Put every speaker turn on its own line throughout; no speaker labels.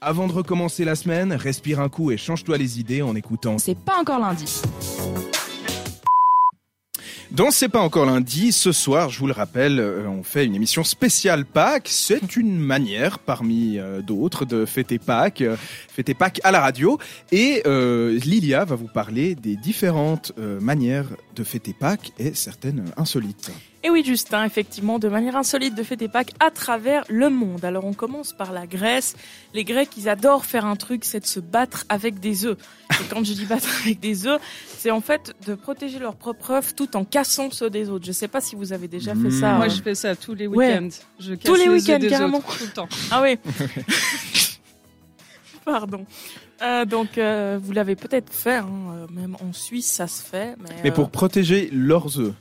Avant de recommencer la semaine, respire un coup et change-toi les idées en écoutant.
C'est pas encore lundi.
Dans C'est pas encore lundi, ce soir, je vous le rappelle, euh, on fait une émission spéciale Pâques. C'est une manière, parmi euh, d'autres, de fêter Pâques, euh, fêter Pâques à la radio. Et euh, Lilia va vous parler des différentes euh, manières de fêter Pâques et certaines insolites.
Et oui, Justin, effectivement, de manière insolite de fêter Pâques à travers le monde. Alors, on commence par la Grèce. Les Grecs, ils adorent faire un truc, c'est de se battre avec des œufs. Et quand je dis battre avec des œufs, c'est en fait de protéger leur propre œuf tout en cassant ceux des autres. Je sais pas si vous avez déjà fait
Mmh.
ça.
Moi,
euh.
je fais ça tous les
Ouais.
week-ends. Je casse
Tous les
œufs
week-ends,
des
carrément.
autres, tout le temps.
Ah oui. Pardon. Euh, donc, euh, vous l'avez peut-être fait, hein, euh, même en Suisse, ça se fait. Mais,
Mais
euh,
pour protéger leurs œufs.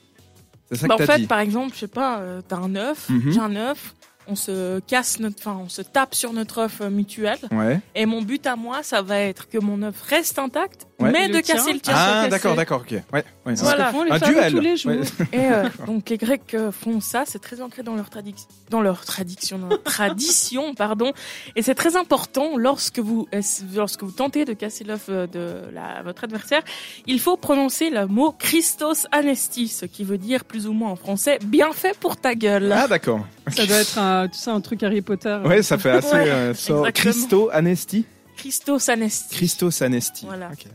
C'est ça
Bah,
que
en
t'as
fait,
dit.
par exemple, je sais pas, euh, t'as un œuf,
Mhm.
j'ai un œuf, on se casse notre, enfin, on se tape sur notre œuf euh, mutuel.
Ouais.
Et mon but à moi, ça va être que mon œuf reste intact,
Ouais.
mais
Et le
de
tien
casser le tien.
Ah,
soit
d'accord,
cassé.
d'accord, ok. Ouais, ouais.
C'est
Voilà.
ce que font les
Un
femmes
duel.
tous les jours.
Ouais.
Et euh, donc les Grecs euh, font ça, c'est très ancré dans leur tradition, dans leur tradition, dans leur tradition, pardon. Et c'est très important lorsque vous euh, lorsque vous tentez de casser l'œuf euh, de la, votre adversaire, il faut prononcer le mot Christos Anesti, ce qui veut dire plus ou moins en français bien fait pour ta gueule.
Ah, d'accord.
Ça doit être un, tu sais, un truc Harry Potter.
Ouais, ça fait assez.
Ouais,
euh, sort-
exactement.
Christo Anesti.
Christos Anesti.
Christos Anesti.
Voilà.
Ok.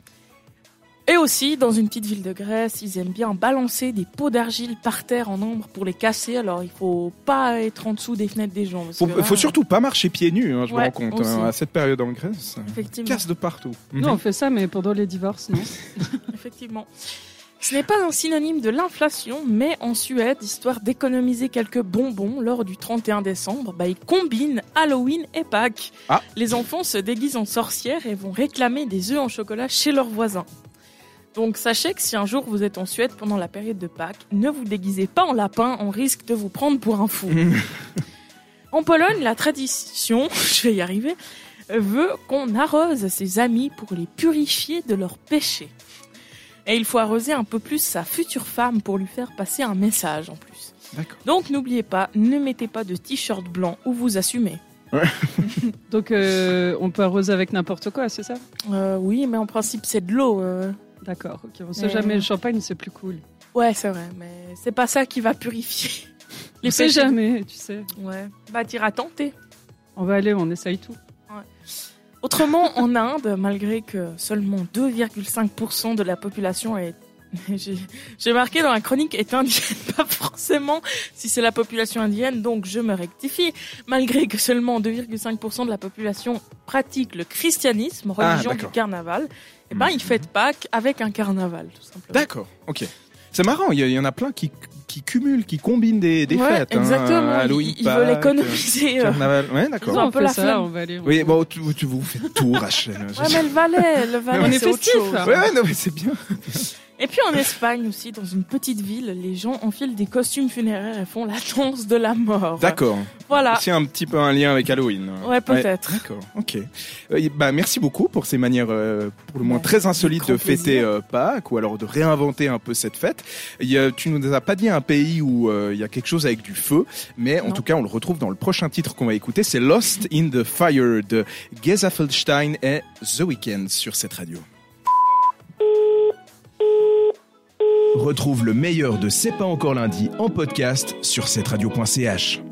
Et aussi, dans une petite ville de Grèce, ils aiment bien balancer des pots d'argile par terre en ombre pour les casser. Alors, il faut pas être en dessous des fenêtres des gens. parce
Faut,
que là,
faut surtout pas marcher pieds nus, hein, je me
Ouais,
rends compte.
aussi.
hein, à cette période en Grèce, ça
Effectivement.
casse de partout. Mhm.
Nous, on fait ça, mais pendant les divorces, non
Effectivement. Ce n'est pas un synonyme de l'inflation, mais en Suède, histoire d'économiser quelques bonbons lors du 31 décembre, bah, ils combinent Halloween et Pâques.
Ah.
Les enfants se déguisent en sorcières et vont réclamer des œufs en chocolat chez leurs voisins. Donc sachez que si un jour vous êtes en Suède pendant la période de Pâques, ne vous déguisez pas en lapin, on risque de vous prendre pour un fou.
Mhm.
en Pologne, la tradition, je vais y arriver, veut qu'on arrose ses amis pour les purifier de leurs péchés. Et il faut arroser un peu plus sa future femme pour lui faire passer un message en plus.
D'accord.
Donc n'oubliez pas, ne mettez pas de t-shirt blanc ou vous assumez.
Donc, euh, on peut arroser avec n'importe quoi, c'est ça
Euh, oui, mais en principe c'est de l'eau. euh.
D'accord. ok. On sait
Mais-
jamais. Le champagne, c'est plus cool.
Ouais, c'est vrai, mais c'est pas ça qui va purifier.
on sait
péchés.
jamais, tu sais.
Ouais. Bah t'iras tenter.
On va aller, on essaye tout.
Autrement, en Inde, malgré que seulement 2,5% de la population est... J'ai j'ai marqué dans la chronique est indienne, pas forcément si c'est la population indienne, donc je me rectifie. Malgré que seulement 2,5% de la population pratique le christianisme,
Ah,
religion du
d'accord.
carnaval, eh ben,
Mhm.
ils fêtent Pâques avec un carnaval, tout simplement.
D'accord, ok. C'est marrant, il y, a- il y en a plein qui, qui cumulent, qui combinent des, des
Ouais,
fêtes. hein,
Exactement,
Halloween,
ils, ils veulent
Pâques,
économiser. euh.
Carnaval, ouais,
Ils ont
d'accord.
un
on
peu
fait
la
ça,
flemme.
on va aller. on-
Oui, bon, tu, tu vous faites tout, Rachel. je
Ouais,
sais.
mais le valet, le valet,
On est
c'est autre
festif.
chose.
Ouais, ouais, non, mais c'est bien.
Et puis en Espagne aussi, dans une petite ville, les gens enfilent des costumes funéraires et font la danse de la mort.
D'accord.
Voilà.
C'est un petit peu un lien avec Halloween.
Ah. Ouais, peut-être.
D'accord, ok. Euh, et bah, merci beaucoup pour ces manières, euh, pour le moins
Ouais,
très insolites
Bah, grand
de fêter
plaisir.
euh, Pâques ou alors de réinventer un peu cette fête. Il y a- tu nous as pas dit un pays où euh, il y a quelque chose avec du feu, mais en
Non.
tout cas, on le retrouve dans le prochain titre qu'on va écouter. C'est Lost in the Fire de Geza Feldstein et The Weeknd sur cette radio. Retrouve le meilleur de C'est pas encore lundi en podcast sur cette radio.ch.